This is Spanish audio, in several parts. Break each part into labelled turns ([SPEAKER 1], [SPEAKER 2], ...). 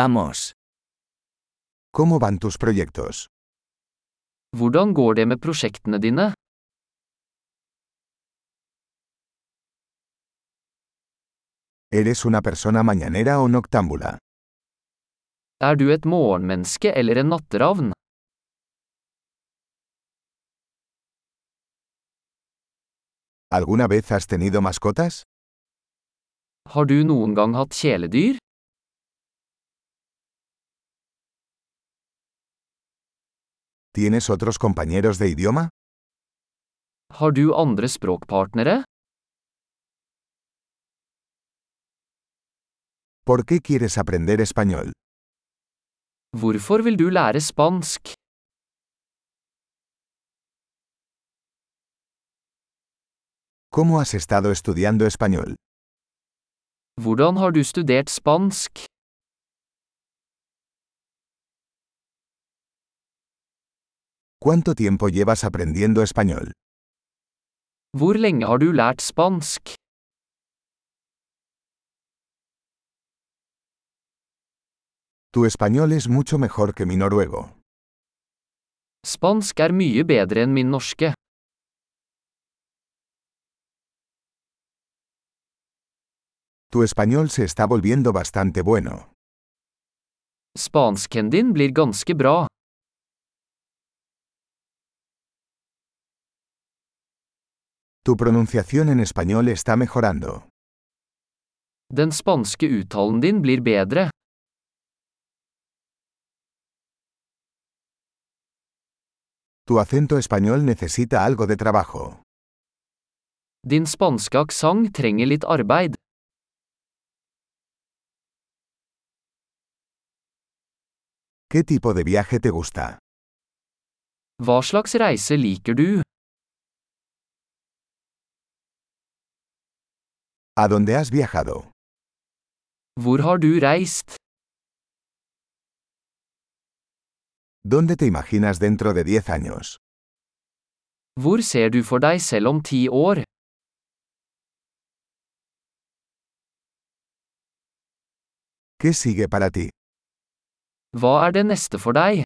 [SPEAKER 1] Vamos.
[SPEAKER 2] ¿Cómo van tus proyectos?
[SPEAKER 1] Hvordan går det med prosjektene dine?
[SPEAKER 2] ¿Eres una persona mañanera o noctámbula?
[SPEAKER 1] Er du et morgenmenneske eller en natteravn?
[SPEAKER 2] ¿Alguna vez has tenido mascotas?
[SPEAKER 1] Har du noen gang hatt kjæledyr?
[SPEAKER 2] ¿Tienes otros compañeros de idioma?
[SPEAKER 1] Har du andre språkpartnere?
[SPEAKER 2] ¿Por qué quieres aprender español?
[SPEAKER 1] Hvorfor vil du lære spansk?
[SPEAKER 2] ¿Cómo has estado estudiando español?
[SPEAKER 1] Hvordan har du studert spansk?
[SPEAKER 2] ¿Cuánto tiempo llevas aprendiendo español?
[SPEAKER 1] Hvor lenge har du lært spansk?
[SPEAKER 2] Tu español es mucho mejor que mi noruego.
[SPEAKER 1] Spansk er mye bedre enn min norske.
[SPEAKER 2] Tu español se está volviendo bastante bueno.
[SPEAKER 1] Spansken din blir ganske bra.
[SPEAKER 2] Tu pronunciación en español está mejorando.
[SPEAKER 1] Den spanske uttalen din blir bedre.
[SPEAKER 2] Tu acento español necesita algo de trabajo.
[SPEAKER 1] Din spanske aksent trenger litt arbeid.
[SPEAKER 2] ¿Qué tipo de viaje te gusta?
[SPEAKER 1] Hva slags reise liker du?
[SPEAKER 2] ¿A dónde has viajado?
[SPEAKER 1] Hvor har du reist?
[SPEAKER 2] ¿Dónde te imaginas dentro de 10 años?
[SPEAKER 1] Hvor ser du for deg selv om ti år?
[SPEAKER 2] ¿Qué sigue para ti?
[SPEAKER 1] Hva er det neste for deg?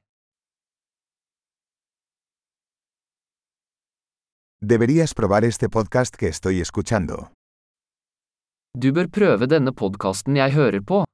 [SPEAKER 2] Deberías probar este podcast que estoy escuchando.
[SPEAKER 1] Du bør prøve denne podkasten jeg hører på.